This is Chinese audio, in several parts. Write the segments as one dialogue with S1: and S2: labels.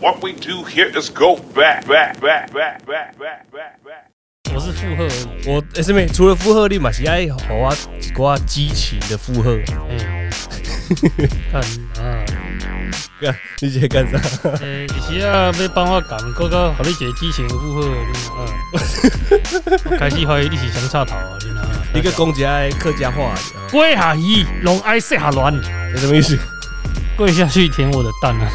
S1: What we do here is go back, back, back, back, back, back, back, back.
S2: 我是附和而已。
S3: 我 S M 除了负荷力嘛，是爱好啊一寡激情的负荷。
S2: 哎，干啊！
S3: 干，你这干啥？
S2: 哎，有时啊要帮我讲，搁到互你一个激情的附和，你啊！我开始怀疑你是想插头啊，你啊！
S3: 你个讲一下客家话啊，
S2: 跪下伊，拢爱说下卵，
S3: 有什么意思？
S2: 跪下去舔我的蛋啊！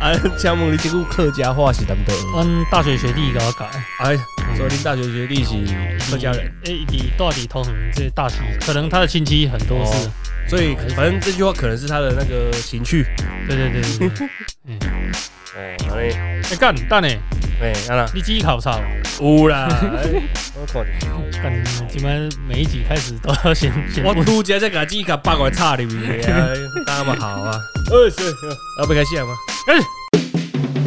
S3: 啊，请问你这句客家话是怎么的？
S2: 阮大学学弟给我改，
S3: 哎，所以你大学学历是客家人，
S2: 哎，你到底同行这大溪，可能他的亲戚很多是
S3: 哦，所以反正这句话可能是他的那个情趣。
S2: 对对对对 对。
S3: 哦，安尼，
S2: 哎干蛋呢？
S3: 哎，安啦，
S2: 你自己考察哦。
S3: 有 啦，哎我看你，
S2: 干，今晚每一集开始都要先先
S3: 我
S2: 问
S3: 突然在把自己给八卦插里面，那么好啊。哎，是，要不开始了吗？
S2: 哎，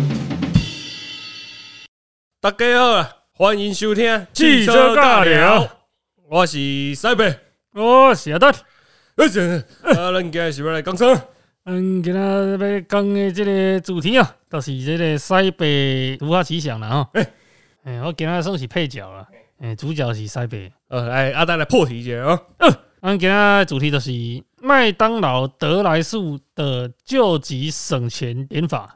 S3: 大家好啊，欢迎收听
S2: 汽车尬聊，
S3: 我是西北。
S2: 我写的。
S3: 哎，是，啊，咱今天是要来讲啥？
S2: 嗯，今仔要讲的这个主题啊，就是这个西北突发奇想了哈。哎、我今仔算是配角了，哎、主角是西北。
S3: 呃，来，阿丹来破题一下啊。
S2: 咱今仔的主题就是麦当劳得来速的救急省钱点法。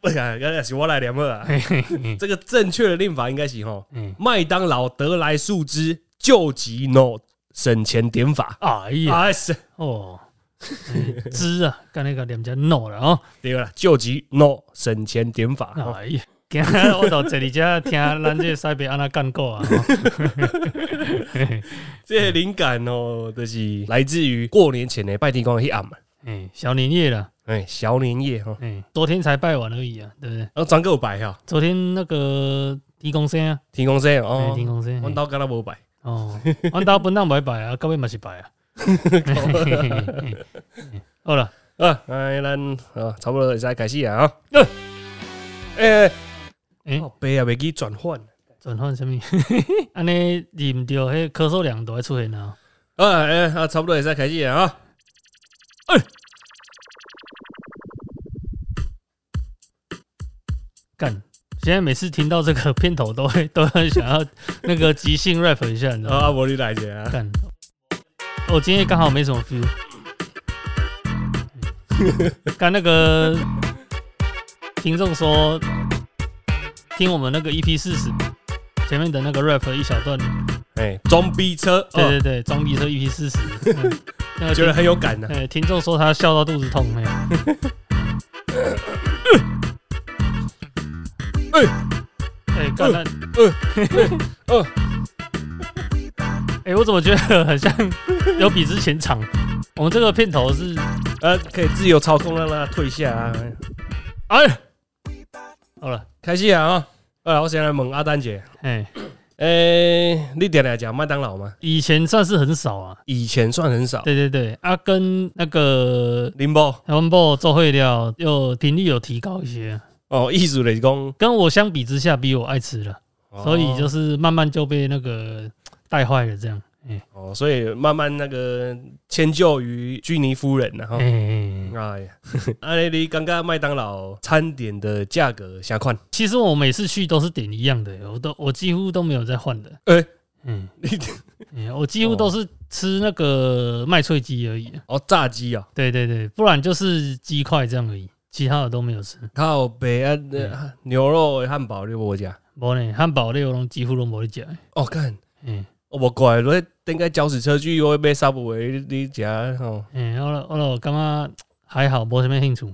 S3: 不然，刚才哎是我来念了啊。
S2: 嘿嘿嘿
S3: 这个正确的念法应该是吼，
S2: 嗯，
S3: 麦当劳得来速之救急 no 省钱点法。
S2: 哎呀，
S3: 啊是，
S2: 哦，哎知啊，刚那个两家弄了哦。
S3: 对了，救急 no 省钱点法。哦
S2: 哎呀，今仔我到这里家听咱这个西北安那干过啊。哦嘿嘿
S3: 这些灵感哦，就是来自于过年前的拜天公的那一暗嘛。
S2: 哎，小年夜了。
S3: 哎，小年夜哈，
S2: 哎、昨天才拜完而已啊，对不对？
S3: 然后张够拜哈，
S2: 昨天那个提供生啊，
S3: 天公生
S2: 哎、
S3: 哦
S2: 提，供生，
S3: 我
S2: 嘿
S3: 到刚才无拜。
S2: 哦， 阮兜本当袂拜啊，到尾嘛是 拜啊。好了，
S3: 啊，哎，咱啊，差不多会使开始啊哎啊。呃诶，
S2: 诶
S3: 靠背啊，袂记转换。
S2: 转换什么？ 安尼啉着迄咳嗽量都会出现啊。
S3: 啊，诶，啊，差不多会使开始啊啊。
S2: 干，现在每次听到这个片头都会 都很想要那个即兴 rap 一下，你知道吗？
S3: 啊，无你来者啊。
S2: 干，我、今天刚好没什么 feel。干那个听众说，听我们那个 EP 四十前面的那个 rap 一小段，
S3: 哎，装逼车，
S2: 对
S3: 哦
S2: 对对，装逼车 EP 四十，嗯那个
S3: 觉得
S2: 听
S3: 很有感呢。啊
S2: 呃听众说他笑到肚子痛，哎呀，
S3: 哎
S2: 哎干那，
S3: 哦，
S2: 哎我怎么觉得很像有比之前长？我们这个片头是
S3: 呃，可以自由操控，让它退下啊。
S2: 哎，好了，
S3: 开始啊啊！啊，我先来问阿丹姐，
S2: 哎，
S3: 诶，你点来讲麦当劳吗？
S2: 以前算是很少啊。
S3: 以前算很少，
S2: 对对对，啊，跟那个
S3: 林波
S2: 台湾报做会料又频率有提高一些，
S3: 哦，艺术雷公，
S2: 跟我相比之下，比我爱吃了，
S3: 哦
S2: 所以就是是慢慢就被那个带坏了这样。哎
S3: 哦，所以慢慢那个迁就于居尼夫人然后
S2: 哎，哎，哎
S3: 哎呀， 阿雷你刚刚麦当劳餐点的价格下款，
S2: 其实我每次去都是点一样的，我都我几乎都没有再换的。
S3: 哎
S2: 嗯
S3: 你
S2: 嗯，我几乎都是吃那个麦脆鸡而已。
S3: 哦炸鸡啊，
S2: 对对对，不然就是鸡块这样而已，其他的都没有吃。
S3: 靠北啊呃牛肉的汉堡你无食，
S2: 无呢，汉堡类我拢几乎都没吃。
S3: 哦干。
S2: 嗯
S3: 哦，无怪，我顶个脚趾车去，我买 Subway，你食吼。
S2: 嗯，我了我了，我感觉还好，没什么兴趣。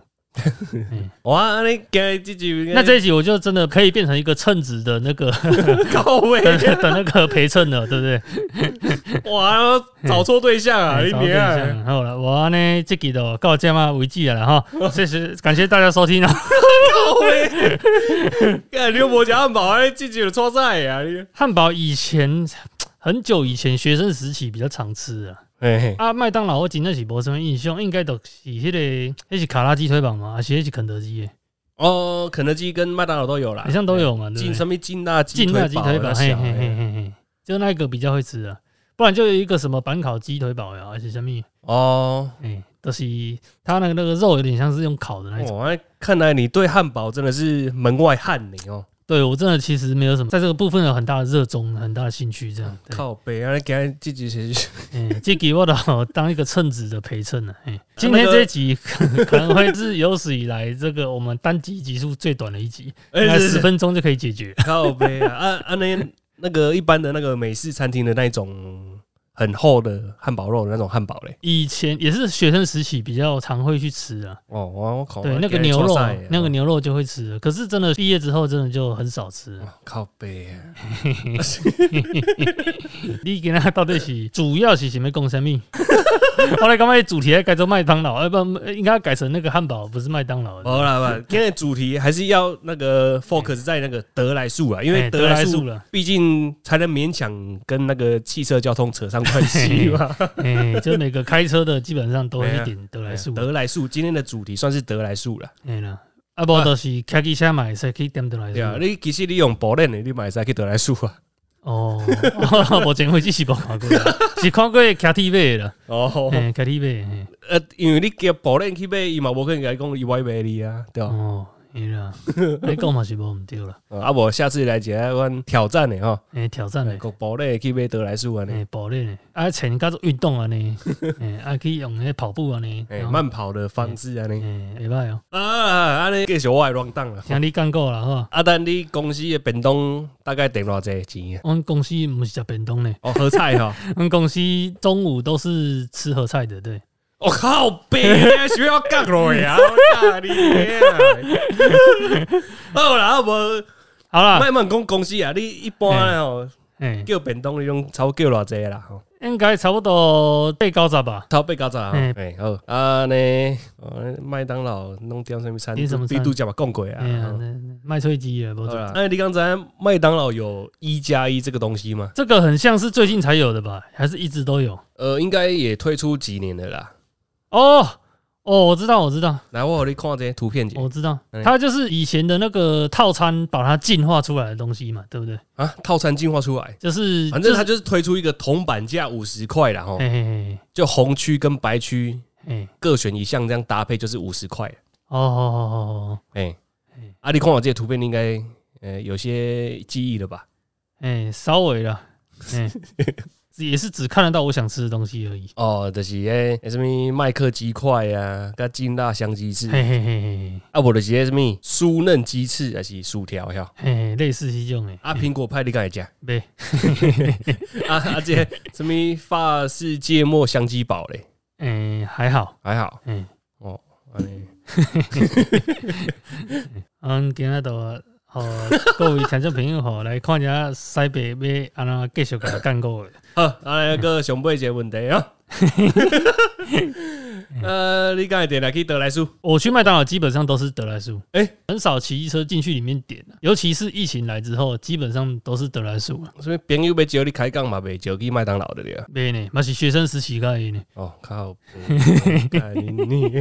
S3: 哇，哦啊你今日这集
S2: 那这一集我就真的可以变成一个称职的那个
S3: 高位，
S2: 的的那个陪衬了，对不对？
S3: 哇，找错对象啊！你
S2: 哎找对
S3: 娘，
S2: 象好了，我呢这集就到这嘛为止了哈。 谢谢，感谢大家收听啊！
S3: 高位， 干你又无食汉堡，啊，你这集就错赛啊！你，
S2: 汉堡以前很久以前学生时期比较常吃啊，
S3: 哎，
S2: 啊麦当劳我真的是没什么印象，应该都是那个那是卡拉鸡腿堡嘛，还是那是肯德基的，
S3: 哦，肯德基跟麦当劳都有啦，哎
S2: 好像都有嘛，对
S3: 进
S2: 不
S3: 什
S2: 对？
S3: 么劲辣鸡
S2: 劲辣鸡腿堡，
S3: 啦
S2: 嘿
S3: 啊小
S2: 嘿嘿
S3: 的
S2: 嘿嘿，就那个比较会吃啊，不然就有一个什么板烤鸡腿堡呀，还是什么。
S3: 哦，
S2: 哎，就是它那个那个肉有点像是用烤的那一种。
S3: 哇，看来你对汉堡真的是门外汉你哦。
S2: 对我真的其实没有什么，在这个部分有很大的热衷，很大的兴趣这样。对
S3: 靠北，啊，给他自己写去。
S2: 嗯，这给我的当一个称职的陪衬了。哎，今天这一集可能会是有史以来这个我们单集集数最短的一集，
S3: 哎
S2: 大概十分钟就可以解决。
S3: 靠背啊，啊啊那那个一般的那个美式餐厅的那一种很厚的汉堡肉的那种汉堡嘞。
S2: 以前也是学生时期比较常会去吃啊，
S3: 哦，我我靠，
S2: 对那个牛肉，啊那
S3: 哦
S2: 个牛肉就会吃了，可是真的毕业之后真的就很少吃了。
S3: 靠背啊，嗯
S2: 你今仔到底是主要是想要讲 什么？后来感觉主题要改成麦当劳，哎不，应该改成那个汉堡，不是麦当劳。
S3: 好啦 吧，今天的主题还是要那个 focus 在那个德来速啊，因为
S2: 哎
S3: 德
S2: 德
S3: 来
S2: 莱
S3: 速
S2: 素了
S3: 毕竟才能勉强跟那个汽车交通扯上关系 嘛。
S2: 哎、就每个开车的基本上都会
S3: 哎
S2: 一
S3: 呀
S2: 点德莱素。
S3: 德来速今天的主题算是德来速了，
S2: 哎啦，啊无就是开机车买车去点德莱
S3: 对啊，
S2: 素。
S3: 你其实你用保练的，你买在去德来速 啊。
S2: 哦，我前回只是无看过 啦，是看过开 T V 啦，
S3: 哦，
S2: 哎，开 T V，哎
S3: 呃，因为你叫保练去买，伊嘛无可能甲你讲伊歪卖你啊，对吧？
S2: 哦，哎啦，你讲嘛是无毋对 啦，
S3: 啊，无下次来一个阮挑战的吼，
S2: 哎，挑战嘞。
S3: 国保咧去买德莱素安尼，
S2: 哎，暴力呢？啊，穿叫做运动啊 呢，哎，啊，去用迄跑步啊呢，
S3: 哎，慢跑的方式安尼
S2: 哎，袂歹哦。
S3: 啊，安尼继续我的啊乱档啦。
S2: 听你讲过啦，吼，
S3: 啊，但你公司的便当大概订偌济钱啊？
S2: 阮公司毋是食便当呢，
S3: 哦，合菜 吼，
S2: 阮公司中午都是吃合菜的，对。
S3: 我哦靠，别需要干落 呀！我靠你娘！好啦，啊无
S2: 好啦，
S3: 慢慢讲公司啊，你一般的吼
S2: 哎，
S3: 叫便当你拢超叫偌济啦吼。
S2: 应该差不多八九十吧。
S3: 头八九十啊，
S2: 嘿
S3: 哎好啊呢，哦麦当劳弄点什么餐？
S2: 点什么餐
S3: 你拄则嘛讲过啊
S2: 哎呀，那那卖脆鸡了，不
S3: 好
S2: 错。
S3: 啦，哎，你刚才麦当劳有一加一这个东西吗？
S2: 这个很像是最近才有的吧？还是一直都有？
S3: 呃，应该也推出几年了啦。
S2: 哦哦，我知道，我知道，
S3: 来，我给你看这些图片姐
S2: 我知道
S3: 哎，
S2: 它就是以前的那个套餐把它进化出来的东西嘛，对不对？
S3: 啊，套餐进化出来，
S2: 就是
S3: 反正它
S2: 就是
S3: 就是推出一个铜板价五十块啦，吼，
S2: 嗯嘿嘿
S3: 就红区跟白区
S2: 嘿嘿，
S3: 各选一项，这样搭配就是五十块。
S2: 哦哦哦哦哦，
S3: 哎
S2: 嘿，
S3: 啊，你看我这些图片，你应该呃有些记忆了吧？
S2: 哎，稍微了，哎， 也是只看得到我想吃的东西而已。
S3: 哦，就是诶、那什么麦克鸡块啊，跟金辣香鸡翅，
S2: 嘿嘿嘿嘿
S3: 啊，无就是迄什么酥嫩鸡翅还是薯条呀？
S2: 嘿嘿，类似是这种诶，
S3: 啊，苹果派你敢会食？
S2: 袂
S3: 啊啊，这个什么法式芥末香鸡堡嘞？
S2: 哎还好，
S3: 还好
S2: 哎，
S3: 哦，安尼
S2: 嗯，今日都。好， 各位听众朋友好，来看一下西北要安怎继续给他干过的。
S3: 好，安尼个上尾一个问 题啊。呃，你敢会点来去德莱叔？
S2: 我去麦当劳基本上都是德莱素，
S3: 诶
S2: 很少骑机车进去里面点的、尤其是疫情来之后，基本上都是德莱素啊。
S3: 什么朋友要招你开杠嘛？袂招去麦当劳的了。
S2: 没呢，嘛是学生时期开呢，
S3: 哦，靠北！干你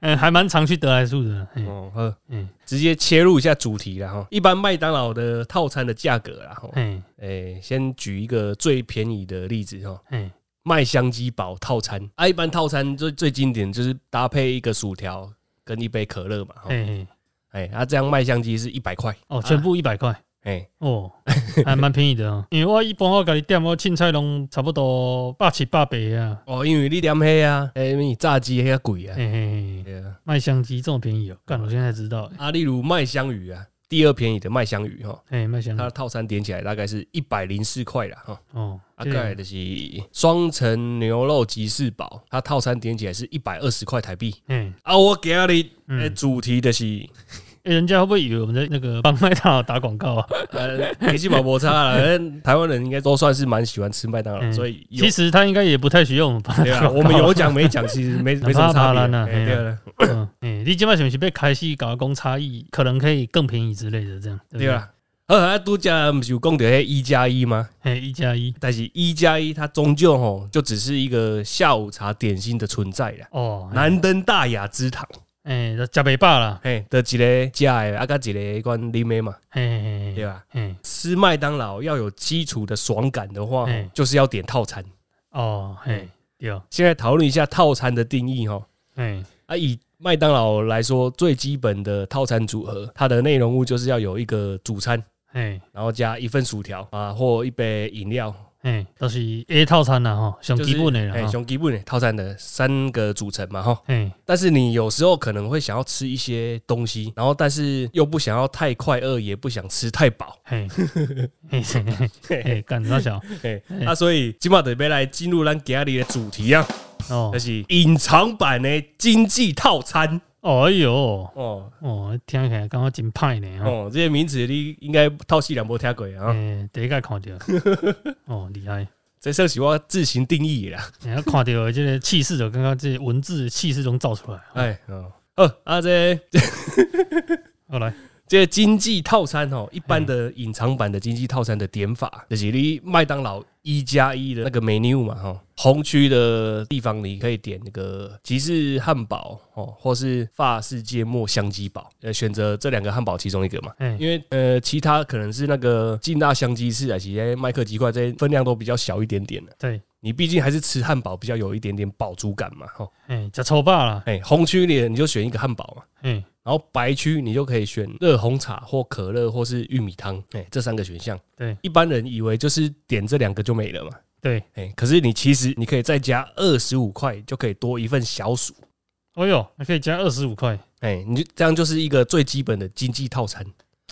S2: 嗯，还蛮常去德莱素的。嘿
S3: 哦，好，
S2: 嗯，
S3: 直接切入一下主题啦哈。一般麦当劳的套餐的价格啦哈，
S2: 嘿，
S3: 诶，先举一个最便宜的例子哈，
S2: 嘿，
S3: 麦香鸡堡套餐啊，一般套餐最最经典就是搭配一个薯条跟一杯可乐嘛，吼
S2: 嘿，嘿，
S3: 哎，啊这样麦香鸡是一百块，
S2: 哦，全部一百块，
S3: 哎，
S2: 哦，还蛮便宜的哦。因为我一般我家己点我凊彩拢差不多百七百八啊，
S3: 哦，因为你点黑啊，哎，你炸鸡黑贵啊，
S2: 嘿嘿嘿，
S3: 对啊
S2: 麦香鸡这么便宜哦，干，我现在才知道，
S3: 啊，例如麦香鱼啊，第二便宜的麦香鱼哈，
S2: 哎，麦香
S3: 它
S2: 鸡
S3: 的，套餐点起来大概是一百零四块啦哈。
S2: 哦，
S3: 大
S2: 这个
S3: 概就是双层牛肉吉士堡，它套餐点起来是一百二十块台币
S2: 嘿，
S3: 啊！我给你
S2: 嗯
S3: 的主题就是，
S2: 哎人家会不会以为我们在那个 帮麦当劳打广告啊？
S3: 呃，其实嘛没差啦， 反正台湾人应该都算是蛮喜欢吃麦当劳，
S2: 嗯
S3: 啊所以有
S2: 其实他应该也不太需要我们帮他
S3: 对啊，
S2: 打广告
S3: 我们有讲没讲，其实没没什
S2: 哪
S3: 么差别
S2: 怕巴拉呢
S3: 啊。哎
S2: 嘿
S3: 对
S2: 啊
S3: 了，
S2: 嗯，欸你今摆是不是被开始搞工差异，可能可以更便宜之类的，这样对不
S3: 对了。好啊，都讲不是有讲到那一加一吗？
S2: 嘿，一加一
S3: 但是一加一它终究吼就只是一个下午茶点心的存在啦，
S2: 哦，
S3: 难登大雅之堂，
S2: 哎，食袂饱啦，
S3: 嘿，的一个加的啊，跟一个关啉的嘛，
S2: 嘿嘿
S3: 对啊
S2: 嘿，
S3: 吧？
S2: 嘿，
S3: 吃麦当劳要有基础的爽感的话
S2: 嗯，
S3: 就是要点套餐。
S2: 哦，嘿，对，
S3: 现在讨论一下套餐的定义哈。
S2: 哎，
S3: 啊，以麦当劳来说，最基本的套餐组合，它的内容物就是要有一个主餐，
S2: 哎，
S3: 然后加一份薯条啊，或一杯饮料，
S2: 哎，都是 A 套餐啦吼，上
S3: 就是
S2: 基本的
S3: 哎
S2: 啦吼，
S3: 熊基本的套餐的三个组成嘛哈。
S2: 哎，
S3: 但是你有时候可能会想要吃一些东西，然后但是又不想要太快饿，也不想吃太饱。
S2: 嘿，嘿嘿嘿嘿，嘿，干啥小
S3: 嘿 啊，所以今嘛得要来进入咱今日的主题啊，
S2: 哦
S3: 就，是隐藏版的经济套餐
S2: 哦哎哟，
S3: 哦
S2: 哦，听起来感觉真歹呢吼，
S3: 哦，这些名词你应该套系两波听过啊，
S2: 哎，第一个看到， 哦，厉害，
S3: 这算是我自行定义的啦。
S2: 你要看到这个气势，就刚刚这文字的气势中造出来，
S3: 哎，哦，哦啊这
S2: 好来，
S3: 这经济套餐哦，一般的隐藏版的经济套餐的点法，就是你麦当劳一加一的那个 menu 嘛，哈，红区的地方你可以点那个吉士汉堡哦，或是法式芥末香鸡堡，呃，选择这两个汉堡其中一个嘛。
S2: 哎，
S3: 因为呃，其他可能是那个劲辣香鸡翅啊，其实麦克鸡块这些分量都比较小一点点的。
S2: 对，
S3: 你毕竟还是吃汉堡比较有一点点饱足感嘛，哈。
S2: 哎，吃粗饱啦，
S3: 哎，红区里你就选一个汉堡嘛，
S2: 哎，
S3: 然后白区你就可以选热红茶或可乐或是玉米汤，哎、这三个选项。
S2: 对，
S3: 一般人以为就是点这两个就没了嘛，
S2: 对，
S3: 哎、可是你其实你可以再加二十五块就可以多一份小薯，
S2: 哦哟，还可以加二十五块，
S3: 哎、你就这样就是一个最基本的经济套餐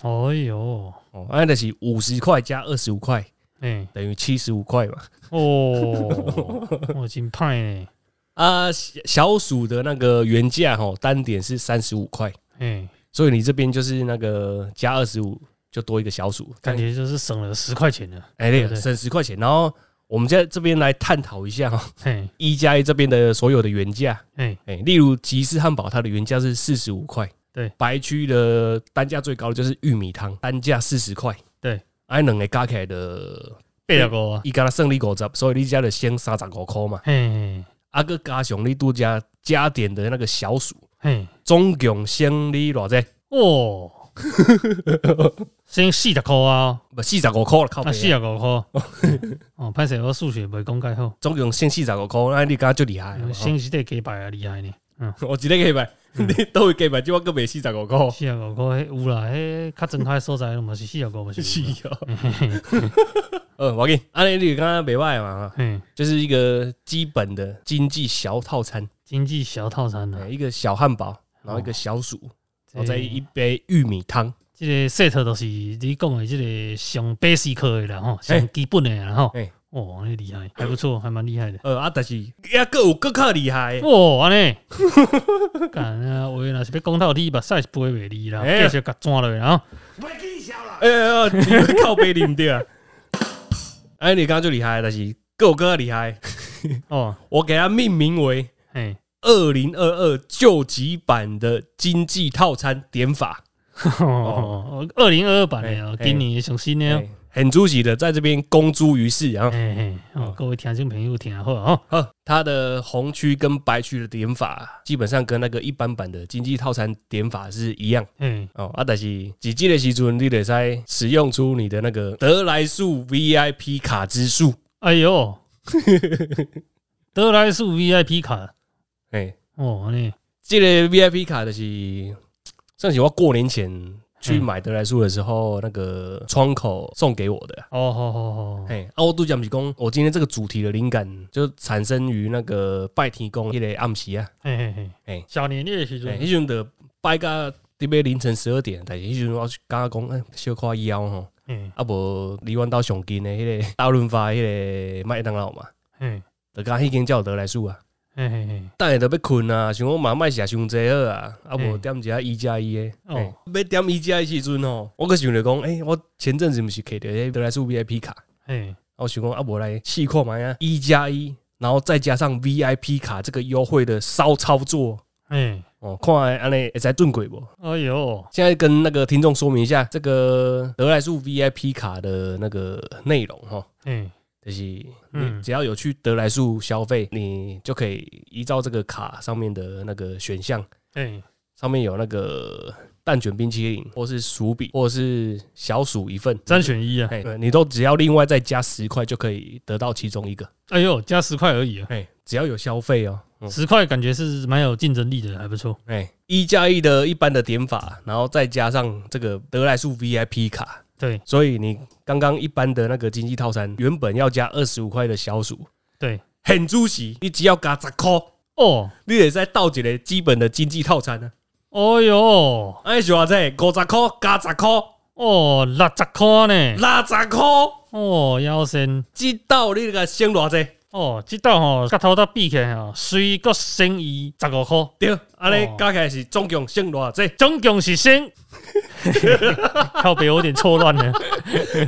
S2: 哦哟，
S3: 哦，按得起五十块加二十五块
S2: 哎，
S3: 等于七十五块嘛。
S2: 哦，哦，真歹呢，
S3: 啊，小小薯的那个原价哈，单点是三十五块，
S2: 哎，
S3: 所以你这边就是那个加二十五就多一个小薯，
S2: 感觉就是省了十块钱了，
S3: 哎、
S2: 对不对
S3: 省十块钱。然后我们在这边来探讨一下哈、
S2: 嘿，
S3: 一加一这边的所有的原价，
S2: 哎，
S3: 哎、例如吉士汉堡，它的原价是四十五块，
S2: 对，
S3: 白区的单价最高的就是玉米汤，单价四十块，
S2: 对，
S3: 哎，两个加起来的，
S2: 八十五啊，
S3: 伊敢若胜利五十，所以你加了先三十五块嘛，
S2: 嘿，
S3: 啊个加上你拄加加点的那个小薯，
S2: 嘿，
S3: 总共先你偌济，
S2: 哦，先四十块啊，
S3: 不四十五块了，靠
S2: 啊，
S3: 北
S2: 四
S3: 啊，
S2: 十五块， 哦，歹势，我数学袂讲介好，
S3: 总共先四十五块，那你敢就厉害了，
S2: 先是得几百啊，厉害呢，嗯。
S3: 我一个给买， 你都会给买，就我个卖四十五块。
S2: 四十五块，迄有啦，迄较正开所在嘛是四十五，嘛是
S3: 是
S2: 有啦。
S3: 哦， 呃，我给你，安尼你刚刚袂歹嘛，哈
S2: 嘿，
S3: 就是一个基本的经济小套餐，
S2: 经济小套餐啊啦
S3: 哎，一个小汉堡，然后一个小薯，然后再一杯玉米汤。
S2: 即个 set 都是你讲的即个上 basic 的啦吼，上基本的啦吼
S3: 嘿。
S2: 哦，安尼厉害，还不错，还蛮厉害的。
S3: 呃啊，但是也个有更较厉害的，
S2: 哦，安尼，干啊，话若是要讲到底，目屎是飞袂离啦，
S3: 哎呀
S2: 继续甲转落去啦。吼
S3: 哎呀，你靠背啉对啊。 哎，你刚刚就厉害，但是个有更较厉害，
S2: 哦，
S3: 我给它命名为
S2: 嘿，
S3: 二零二二救急版的经济套餐点法。
S2: 哦二零二二版的哦，
S3: 嘿
S2: 今年的上新的哦。
S3: 哎很出息的，在这边公诸于世啊。
S2: 嘿嘿，哦
S3: 哦，
S2: 各位听众朋友听好哦。
S3: 好，它的红区跟白区的点法基本上跟那个一般版的经济套餐点法是一样
S2: 嘿，
S3: 哦。啊，但是几季的时阵，你得在使用出你的那个得来速 VIP 卡之数，
S2: 哎呦，得来速 VIP 卡
S3: 哎、
S2: 哦，安尼，
S3: 这个 VIP 卡的是，算是我过年前去买得来速的时候，那个窗口送给我的。
S2: 哦，好好好，
S3: 哎，啊，我都讲不是讲，我今天这个主题的灵感就产生于那个拜天公迄个暗时啊，
S2: 嘿嘿嘿，
S3: 嘿
S2: 小年夜的时
S3: 哎，
S2: 阵，
S3: 迄阵的拜到特别凌晨十二点，但是迄阵我去刚刚讲，哎，小可枵吼，
S2: 嘿
S3: 啊无离阮兜上近的迄个大润发迄个麦当劳嘛，
S2: 嘿
S3: 就甲迄间叫德来树啊，
S2: 嘿嘿嘿，
S3: 等下就要困啊，想讲嘛莫食伤济好啊，啊无
S2: 嘿
S3: 点一下一加一的，
S2: 哦
S3: 哦，要点一加一时阵吼，我个想着讲，哎，我前阵子毋是摕着迄德来树 VIP 卡，
S2: 嘿，
S3: 啊我想讲啊无来试看嘛啊，一加一，然后再加上 VIP 卡这个优惠的骚操作，
S2: 嘿，
S3: 哦，看下安尼会使转过无？
S2: 哎呦，
S3: 现在跟那个听众说明一下，这个得来速 VIP 卡的那个内容哈，
S2: 嘿，
S3: 就是你
S2: 嗯
S3: 只要有去得来速消费，你就可以依照这个卡上面的那个选项，
S2: 嘿，
S3: 上面有那个蛋卷冰淇淋，或是薯饼，或是小薯一份，
S2: 三选一啊，
S3: 嘿，对你都只要另外再加十块就可以得到其中一个。
S2: 哎呦，加十块而已啊，
S3: 哎，只要有消费哦。嗯
S2: 十块感觉是蛮有竞争力的，还不错。
S3: 哎，一加一的一般的点法，然后再加上这个德莱素 VIP 卡，
S2: 对
S3: 所以你刚刚一般的那个经济套餐原本要加二十五块的小薯，
S2: 对
S3: 很主席，你只要加十块，
S2: 哦，
S3: 你得再倒一个基本的经济套餐呢。
S2: 哦哟，
S3: 哎，小阿仔，五十块加十块，
S2: 哦六十块呢，
S3: 六十块，
S2: 哦腰身，
S3: 这道你个省偌济？
S2: 哦这道吼甲头搭比起来吼，水个省伊十五块，
S3: 对，安尼
S2: 哦
S3: 加起来是总共省偌济？
S2: 总共是省，靠北有点错乱了。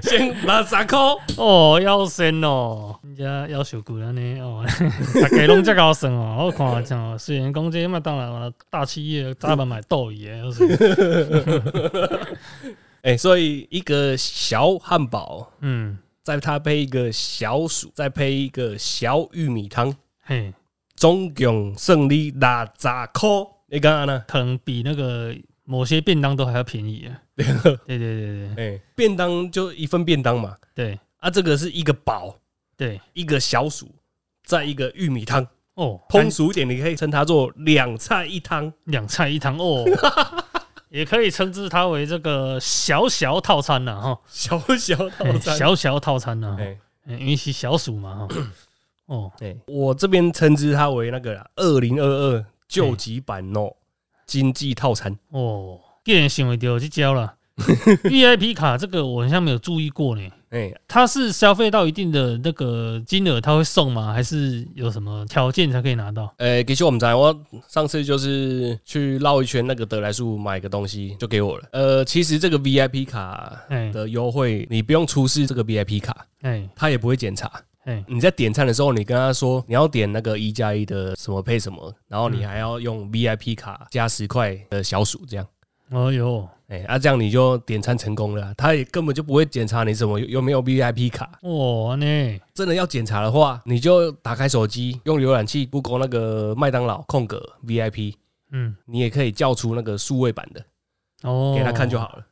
S3: 省六十块，
S2: 哦，要生哦，人家要求古人呢哦， 大家拢这高算哦，我看像哦，虽然讲这麦当劳大企业早晚买豆伊的，就是
S3: 哎，所以一个小汉堡。
S2: 嗯，
S3: 再搭配一个小薯，再配一个小玉米汤，
S2: 嘿，
S3: 总共胜利六十块。你讲安呢？
S2: 可能比那个某些便当都还要便宜啊。对对对对
S3: 哎、便当就一份便当嘛，
S2: 对
S3: 啊，这个是一个堡，
S2: 对，
S3: 一个小薯，再一个玉米汤。
S2: 哦，
S3: 通俗一点，你可以称它做两菜一汤。
S2: 两菜一汤 哦，也可以称之它为这个小小套餐了哈，
S3: 小哎小套
S2: 嘿
S3: 餐。
S2: 小小套餐了
S3: 哎、
S2: 哈，嘿因为是小鼠 嘛哈，哦，
S3: 哎我这边称之它为那个二零二二救急版哦，经济套餐。
S2: 哦，既然想会到去交 了。VIP 卡这个我好像没有注意过呢，
S3: 哎、
S2: 它是消费到一定的那个金额，它会送吗？还是有什么条件才可以拿到？
S3: 呃、其实我们在我上次就是去绕一圈那个德莱树买个东西，就给我了。呃，其实这个 VIP 卡
S2: 哎
S3: 的优惠，你不用出示这个 VIP 卡，
S2: 哎
S3: 他也不会检查。
S2: 哎
S3: 你在点餐的时候，你跟他说你要点那个一加一的什么配什么，然后你还要用 VIP 卡加十块的小薯这样。
S2: 哦哟
S3: 哎、啊，这样你就点餐成功了啊，他也根本就不会检查你什么有有没有 VIP 卡。
S2: 哦呢
S3: 真的要检查的话，你就打开手机，用浏览器 Google 那个麦当劳空格 VIP，
S2: 嗯
S3: 你也可以叫出那个数位版的
S2: 哦
S3: 给他看就好了。
S2: 哦
S3: 哎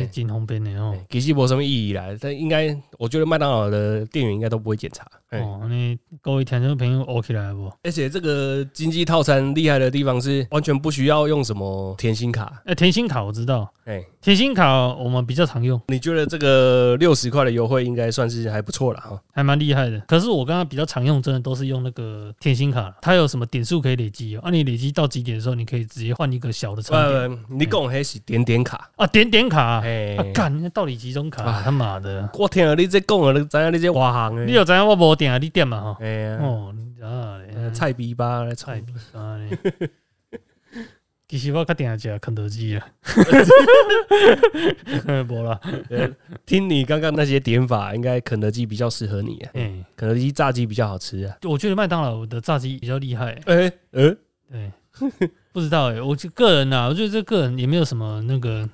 S2: 那金红边的哦
S3: 欸其实没什么意义啦，但应该我觉得麦当劳的店员应该都不会检查。欸
S2: 哦那各位听众朋友 OK 来不？
S3: 而且这个经济套餐厉害的地方是完全不需要用什么甜心卡。
S2: 哎，甜心卡我知道，
S3: 哎，
S2: 甜心卡我们比较常用，
S3: 你觉得这个六十块的优惠应该算是还不错了哈？
S2: 还蛮厉害的。可是我刚刚比较常用，真的都是用那个甜心卡，它有什么点数可以累积哦？啊，你累积到几点的时候，你可以直接换一个小的餐点
S3: 呃，你讲还是点点卡？
S2: 啊，点点卡啊，
S3: 哎
S2: 啊，干，那到底集中卡啊
S3: 哎
S2: 他妈的，
S3: 我天啊！你这讲啊，你知影你这华行
S2: 你
S3: 的？
S2: 有知影我无点啊，你点嘛吼，
S3: 哎呀，
S2: 哦，你知影
S3: 呃
S2: 嘞，
S3: 菜逼吧，
S2: 菜
S3: 菜
S2: 逼啊嘞。其实我较定食肯德基 啊，无啦，
S3: 听你刚刚那些点法，应该肯德基比较适合你啊。
S2: 哎，
S3: 肯德基炸鸡比较好吃啊。
S2: 我觉得麦当劳的炸鸡比较厉害、
S3: 哎、呃、
S2: 对， 不知道哎、我就个人呐、啊，我觉得这个人也没有什么那个，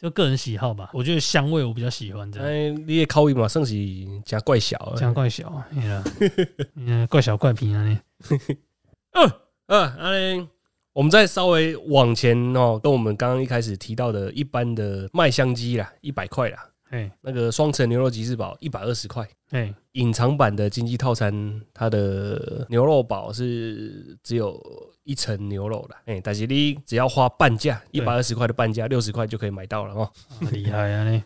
S2: 就个人喜好吧。我觉得香味我比较喜欢这样，
S3: 哎，你的口音嘛，算是真怪小
S2: 这
S3: 啊。
S2: 样怪小啊，嗯， 怪小怪平啊呢。
S3: 呃，安尼，我们再稍微往前哦，跟我们刚刚一开始提到的一般的麦香鸡啦，一百块啦，
S2: 哎
S3: 那个双层牛肉吉士堡一百二十块，
S2: 哎
S3: 隐藏版的经济套餐，它的牛肉堡是只有一层牛肉的，哎、但是你只要花半价，一
S2: 对
S3: 百二十块的半价，六十块就可以买到了哦。
S2: 啊厉害啊 呢！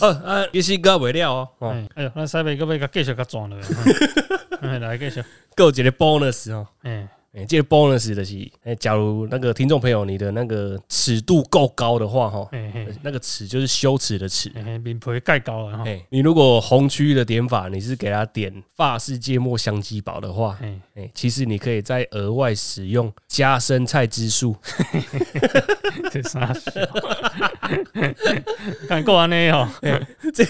S3: 呃啊，其实个尾了哦，哦，
S2: 哎哎呦，那西北个要甲继续甲转落去， 哎来继续，
S3: 还有一个 bonus 哦。
S2: 哎
S3: 哎、这个 bonus 的是，哎、假如那个听众朋友你的那个尺度够高的话，哦哈、
S2: 哎嘿
S3: 那个尺就是羞耻的耻。
S2: 哎嘿，面皮盖啊高了哈
S3: 哎、，你如果红区的点法，你是给他点法式芥末香鸡堡的话，
S2: 哎
S3: 哎、其实你可以再额外使用加生菜之术，
S2: 这傻 笑，看过安尼哦，
S3: 这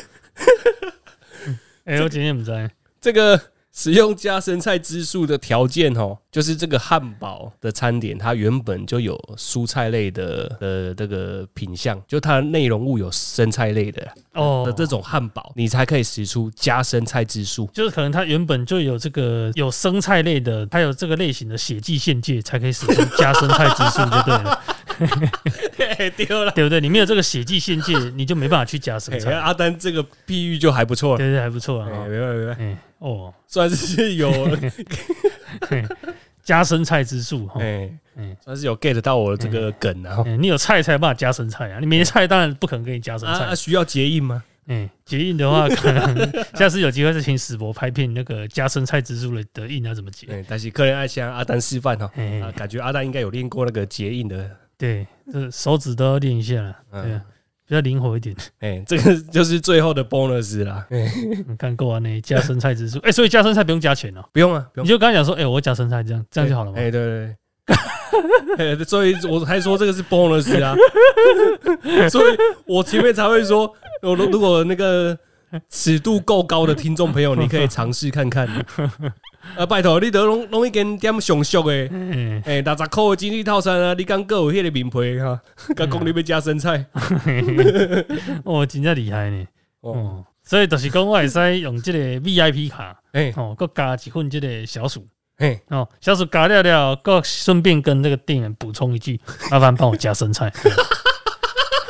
S2: 哎我真天毋知。
S3: 这个使用加生菜之术的条件哦，就是这个汉堡的餐点它原本就有蔬菜类的的这个品相，就它的内容物有生菜类的啦。
S2: 哦
S3: 的，这种汉堡，你才可以使出加生菜之 术。
S2: 就是可能它原本就有这个有生菜类的，它有这个类型的血迹限界，才可以使出加生菜之术，就对了，
S3: 丢了，
S2: 对不对？你没有这个血迹限界，你就没办法去加生菜，
S3: 阿丹这个譬喻就还不错了。
S2: 对对，还不错啊。
S3: 哎，
S2: 哦
S3: 没办法没办法，
S2: 哎，哦，
S3: 算是 有
S2: 嘿加生菜之术哈。
S3: 哎
S2: 嗯，
S3: 算是有 get 到我的这个梗啊。
S2: 嗯你有菜才有办法加生菜啊，你没菜当然不可能给你加生
S3: 啊
S2: 菜
S3: 啊，。需要结印吗？
S2: 嗯，结印的话，可能下次有机会再请史博拍片，那个加生菜之术的的印要怎么结？
S3: 对，哎但是客人爱啊向阿丹示范哈，
S2: 哎
S3: 啊，感觉阿丹应该有练过那个结印的，
S2: 对，这手指都要练一下啦，
S3: 嗯
S2: 对啊，比较灵活一点。
S3: 哎，这个就是最后的 bonus 啦，
S2: 嗯
S3: 哎
S2: 你看够啊，那加生菜之术，哎，所以加生菜不用加钱哦，
S3: 不用啊，不
S2: 你就
S3: 用，
S2: 刚才讲说，哎，我加生菜这样，这样就好了嘛。
S3: 哎，对对 对。哎所以我才说这个是 bonus 啊， 所以我前面才会说，我如如果那个尺度够高的听众朋友，你可以尝试看 看。啊，拜托，你得弄弄一根点上俗诶，
S2: 嗯，
S3: 哎，六十块的经济套餐啊，你刚够有迄个名牌哈， 刚讲你要加生菜，
S2: 哦，真正厉害呢。
S3: 哦，
S2: 哦，所以就是讲，我会使用这个 VIP 卡，
S3: 哎
S2: 哦，佮加一份这个小薯，
S3: 嘿，
S2: 哦，小薯加了了，佮顺便跟这个店员补充一句，麻烦帮我加生菜。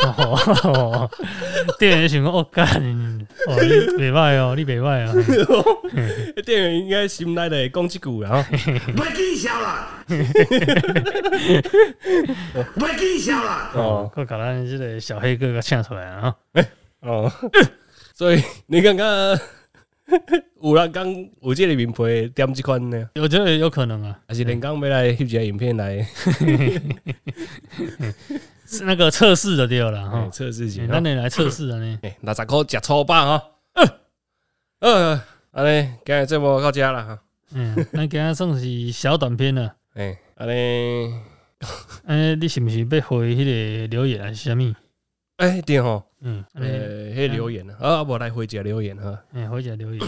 S2: 哦， 店员想讲，哦干，哦你袂歹哦，你袂歹 哦，
S3: 店员应该心内的讲击句啦，吼
S4: 别记笑啦，别记笑啦，
S2: 哦，佮甲咱这个小黑哥给请出来啊，
S3: 哦， 所以你感觉 有人讲有这个名牌点这款呢，
S2: 我觉得有可能啊，
S3: 还是连刚要来翕一个影片来
S2: 是那个测试的对了啦
S3: 哎
S2: 哈，
S3: 测试一下
S2: 哦那？你嗯来测试啊呢？
S3: 哎，六十块食粗饱哈，呃，呃安尼今日节目到遮啦哈，
S2: 嗯，咱今仔算是小短片了。
S3: 哎，安尼，
S2: 哎，你是不是要回迄个留言还是啥物？
S3: 哎对吼，
S2: 嗯，安尼
S3: 呃，迄留言啊，啊，无来回一个留言哈，
S2: 哎，回一下留言。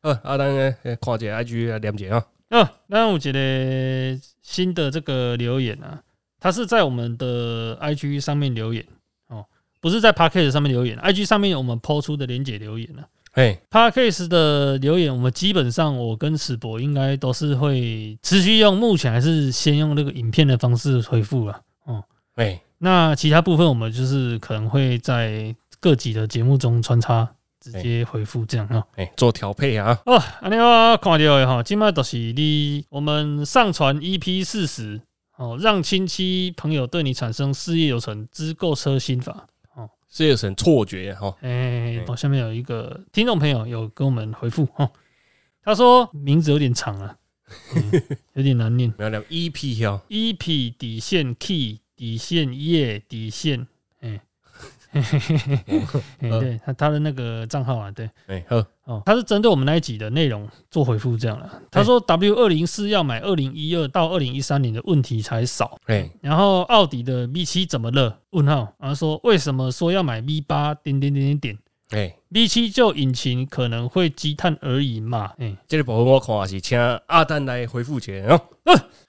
S3: 好，啊，咱呃看一下 IG 啊，念一下哈，
S2: 哦，那有一个新的这个留言啊，他是在我们的 IG 上面留言哦，不是在 p a c k a g e 上面留言，IG 上面有我们抛出的连接留言啊。
S3: 哎，
S2: p a c k a g e 的留言，我们基本上我跟史博应该都是会持续用，目前还是先用那个影片的方式回复啊了。
S3: 哎，
S2: 那其他部分我们就是可能会在各集的节目中穿插，直接回复这样啊。
S3: 哎，做调配啊，
S2: 哦，安尼我看到的吼，今麦就是你我们上传 EP 四十哦，让亲戚朋友对你产生事业有成之购车心法。
S3: 是有成错觉哈，
S2: 哎、
S3: 嗯
S2: 我、下面有一个听众朋友有跟我们回复哦，他说名字有点长啊，嗯有点难念。
S3: 不要聊 EP 哦，
S2: EP 底线 key 底线页底线，哎、哎对他他的那个账号啊，对。
S3: 哎，好。
S2: 哦，他是针对我们那一集的内容做回复这样了。他说 W 二零四要买二零一二到二零一三年的问题才少，
S3: 哎，
S2: 然后奥迪的 V 七怎么了？问号，然后说为什么说要买 V 八点点点点点
S3: 哎，
S2: V 七就引擎可能会积碳而已嘛？哎、
S3: 这个部分我看也是请阿丹来回复一下哦。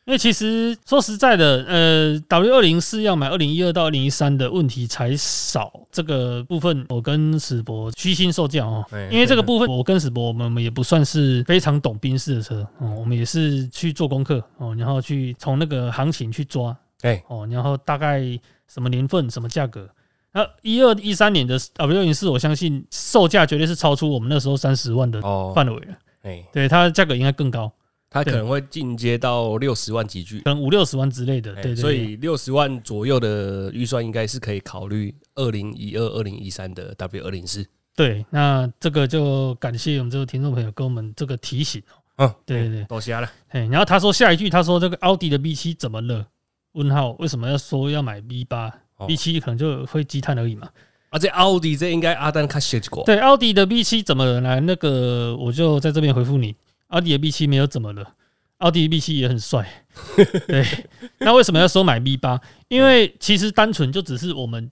S2: 因为其实说实在的，呃，W 二零四要买二零一二到二零一三的问题才少这个部分，我跟史博虚心受教哦
S3: 哎，
S2: 因为这个部分我跟史博，我们我们也不算是非常懂宾士的车哦，我们也是去做功课哦，然后去从那个行情去抓
S3: 哎，
S2: 哦，然后大概什么年份、什么价格。那一二一三年的 W 二零四，我相信售价绝对是超出我们那时候三十万的
S3: 哦，
S2: 范围了，
S3: 哎，
S2: 对它价格应该更高，
S3: 他可能会进阶到六十万级距，
S2: 可能五六十万之类的。
S3: 哎
S2: 对对对
S3: 所以六十万左右的预算应该是可以考虑二零一二、二零一三的 W 二零四。
S2: 对，那这个就感谢我们这位听众朋友跟我们这个提醒哦。
S3: 嗯，
S2: 对对对，
S3: 多谢了。
S2: 嘿，然后他说下一句，他说这个奥迪的 B 七怎么了？问号，为什么要说要买 B 八、
S3: 哦
S2: B 七可能就会积碳而已嘛。
S3: 啊，这奥迪这应该阿丹看写过。
S2: 对，奥迪的 B 七怎么了呢？那个我就在这边回复你，奥迪的 B 七没有怎么了，奥迪 B 七也很帅。对，那为什么要说买 B 八？因为其实单纯就只是我们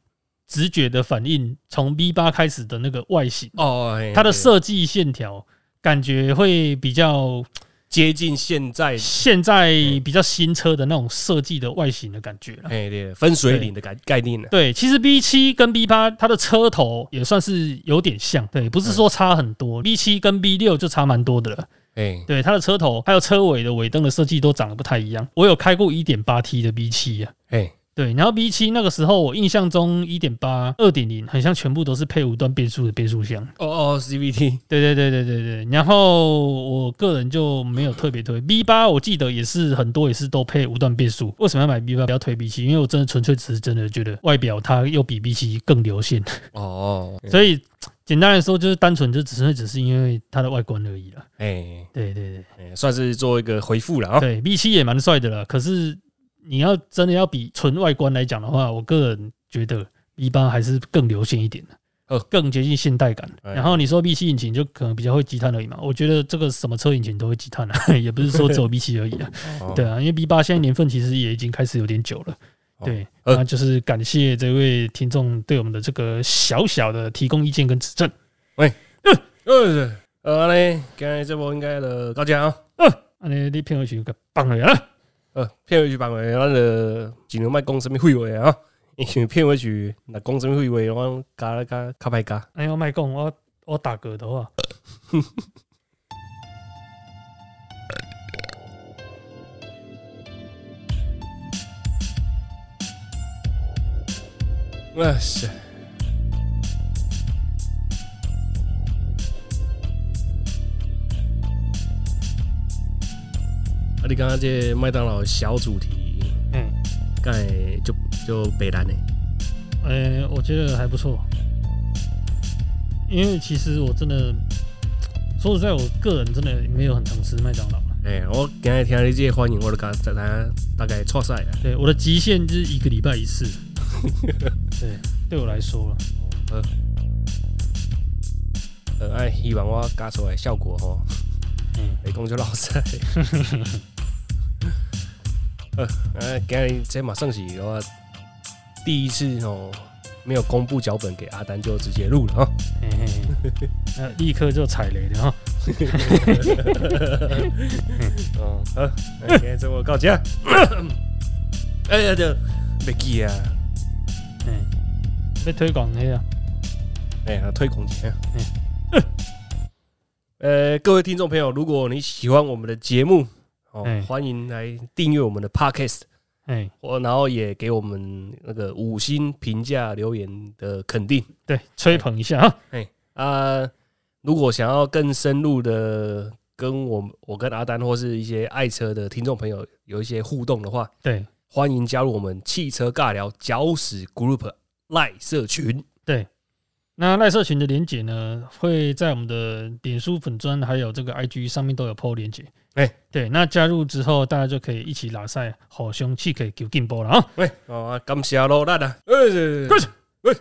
S2: 直觉的反应，从 B 八开始的那个外形。
S3: 哦，哎
S2: 它的
S3: 哎
S2: 设计线条感觉会比较
S3: 接近现在，
S2: 现在比较新车的那种设计的外形的感觉了。
S3: 哎，对，分水岭的概概念啊呢。
S2: 对，其实 B 七跟 B 八它的车头也算是有点像，对，不是说差很多，B 七跟 B 六就差蛮多的了。
S3: 哎，
S2: 对，它的车头还有车尾的尾灯的设计都长得不太一样。我有开过一点八 T 的 B 七啊，
S3: 哎，
S2: 对，然后 B 七那个时候我印象中一点八、二点零，很像全部都是配无段变速的变速箱。
S3: 哦哦，CVT
S2: 对对对对对对。然后我个人就没有特别推 B 八，我记得也是很多也是都配无段变速。为什么要买 B 八不要推 B 七？因为我真的纯粹只是真的觉得外表它又比 B 七更流线，
S3: 哦哦，
S2: 所以简单来说就是单纯就只是只是因为它的外观而已了。
S3: 哎，
S2: 对对对。
S3: 哎算是做一个回复了啊。
S2: 对，V 七也蛮帅的了。可是你要真的要比纯外观来讲的话，我个人觉得 V 八还是更流线一点的，
S3: 哦
S2: 更接近现代感。
S3: 哎
S2: 然后你说 V 七引擎就可能比较会积碳而已嘛，我觉得这个什么车引擎都会积碳啊， 也不是说只 有 V 七而已啊。
S3: 哦
S2: 对啊，因为 V 八现在年份其实也已经开始有点久了。
S3: 哦
S2: 对，
S3: 呃
S2: 那就是感谢这位听众对我们的这个小小的提供意见跟指正。
S3: 呃，呃嘞，今日这波应该就到这啊。
S2: 啊，你你片尾曲给放了啊！
S3: 呃，片尾曲版为咱就尽量卖讲什么废话啊，因为片尾曲若讲什么废话，我加了加较歹加。
S2: 哎呦，麦讲我我打嗝的话。
S3: 哇塞！啊，你刚刚这麦当劳小主题，
S2: 嗯，
S3: 刚才就就北南的，
S2: 呃、我觉得还不错，因为其实我真的说实在，我个人真的没有很常吃麦当劳了。
S3: 哎、我刚才听你这个反应，我就刚才大概错啊赛了。
S2: 对，我的极限就是一个礼拜一次。对，对我来说了，
S3: 呃，呃，哎，希望我加出来的效果吼，
S2: 嗯
S3: 袂讲就老塞。呃，哎，今日这嘛算是我第一次哦，没有公布脚本给阿丹就直接录了哈。
S2: 嘿嘿嘿，那立刻就踩雷了哈。
S3: 哦，好，那今日这我告假。 哎呀，就袂记啊，
S2: 嗯，被推广黑啊，
S3: 哎呀，推广前。 呃，各位听众朋友，如果你喜欢我们的节目，哦
S2: 哎，
S3: 欢迎来订阅我们的 Podcast。
S2: 哎，
S3: 我然后也给我们那个五星评价留言的肯定。
S2: 对，吹捧一下啊。
S3: 哎啊，如果想要更深入的跟我们我跟阿丹或是一些爱车的听众朋友有一些互动的话，
S2: 对
S3: 欢迎加入我们汽车尬聊搅屎 Group 赖社群。
S2: 对，那赖社群的连接呢，会在我们的脸书粉砖还有这个 IG 上面都有 PO 连接。
S3: 哎
S2: 对，那加入之后，大家就可以一起拉赛，好凶气可以求进步了啊！
S3: 喂，哦，感谢老大啊！哎哎哎哎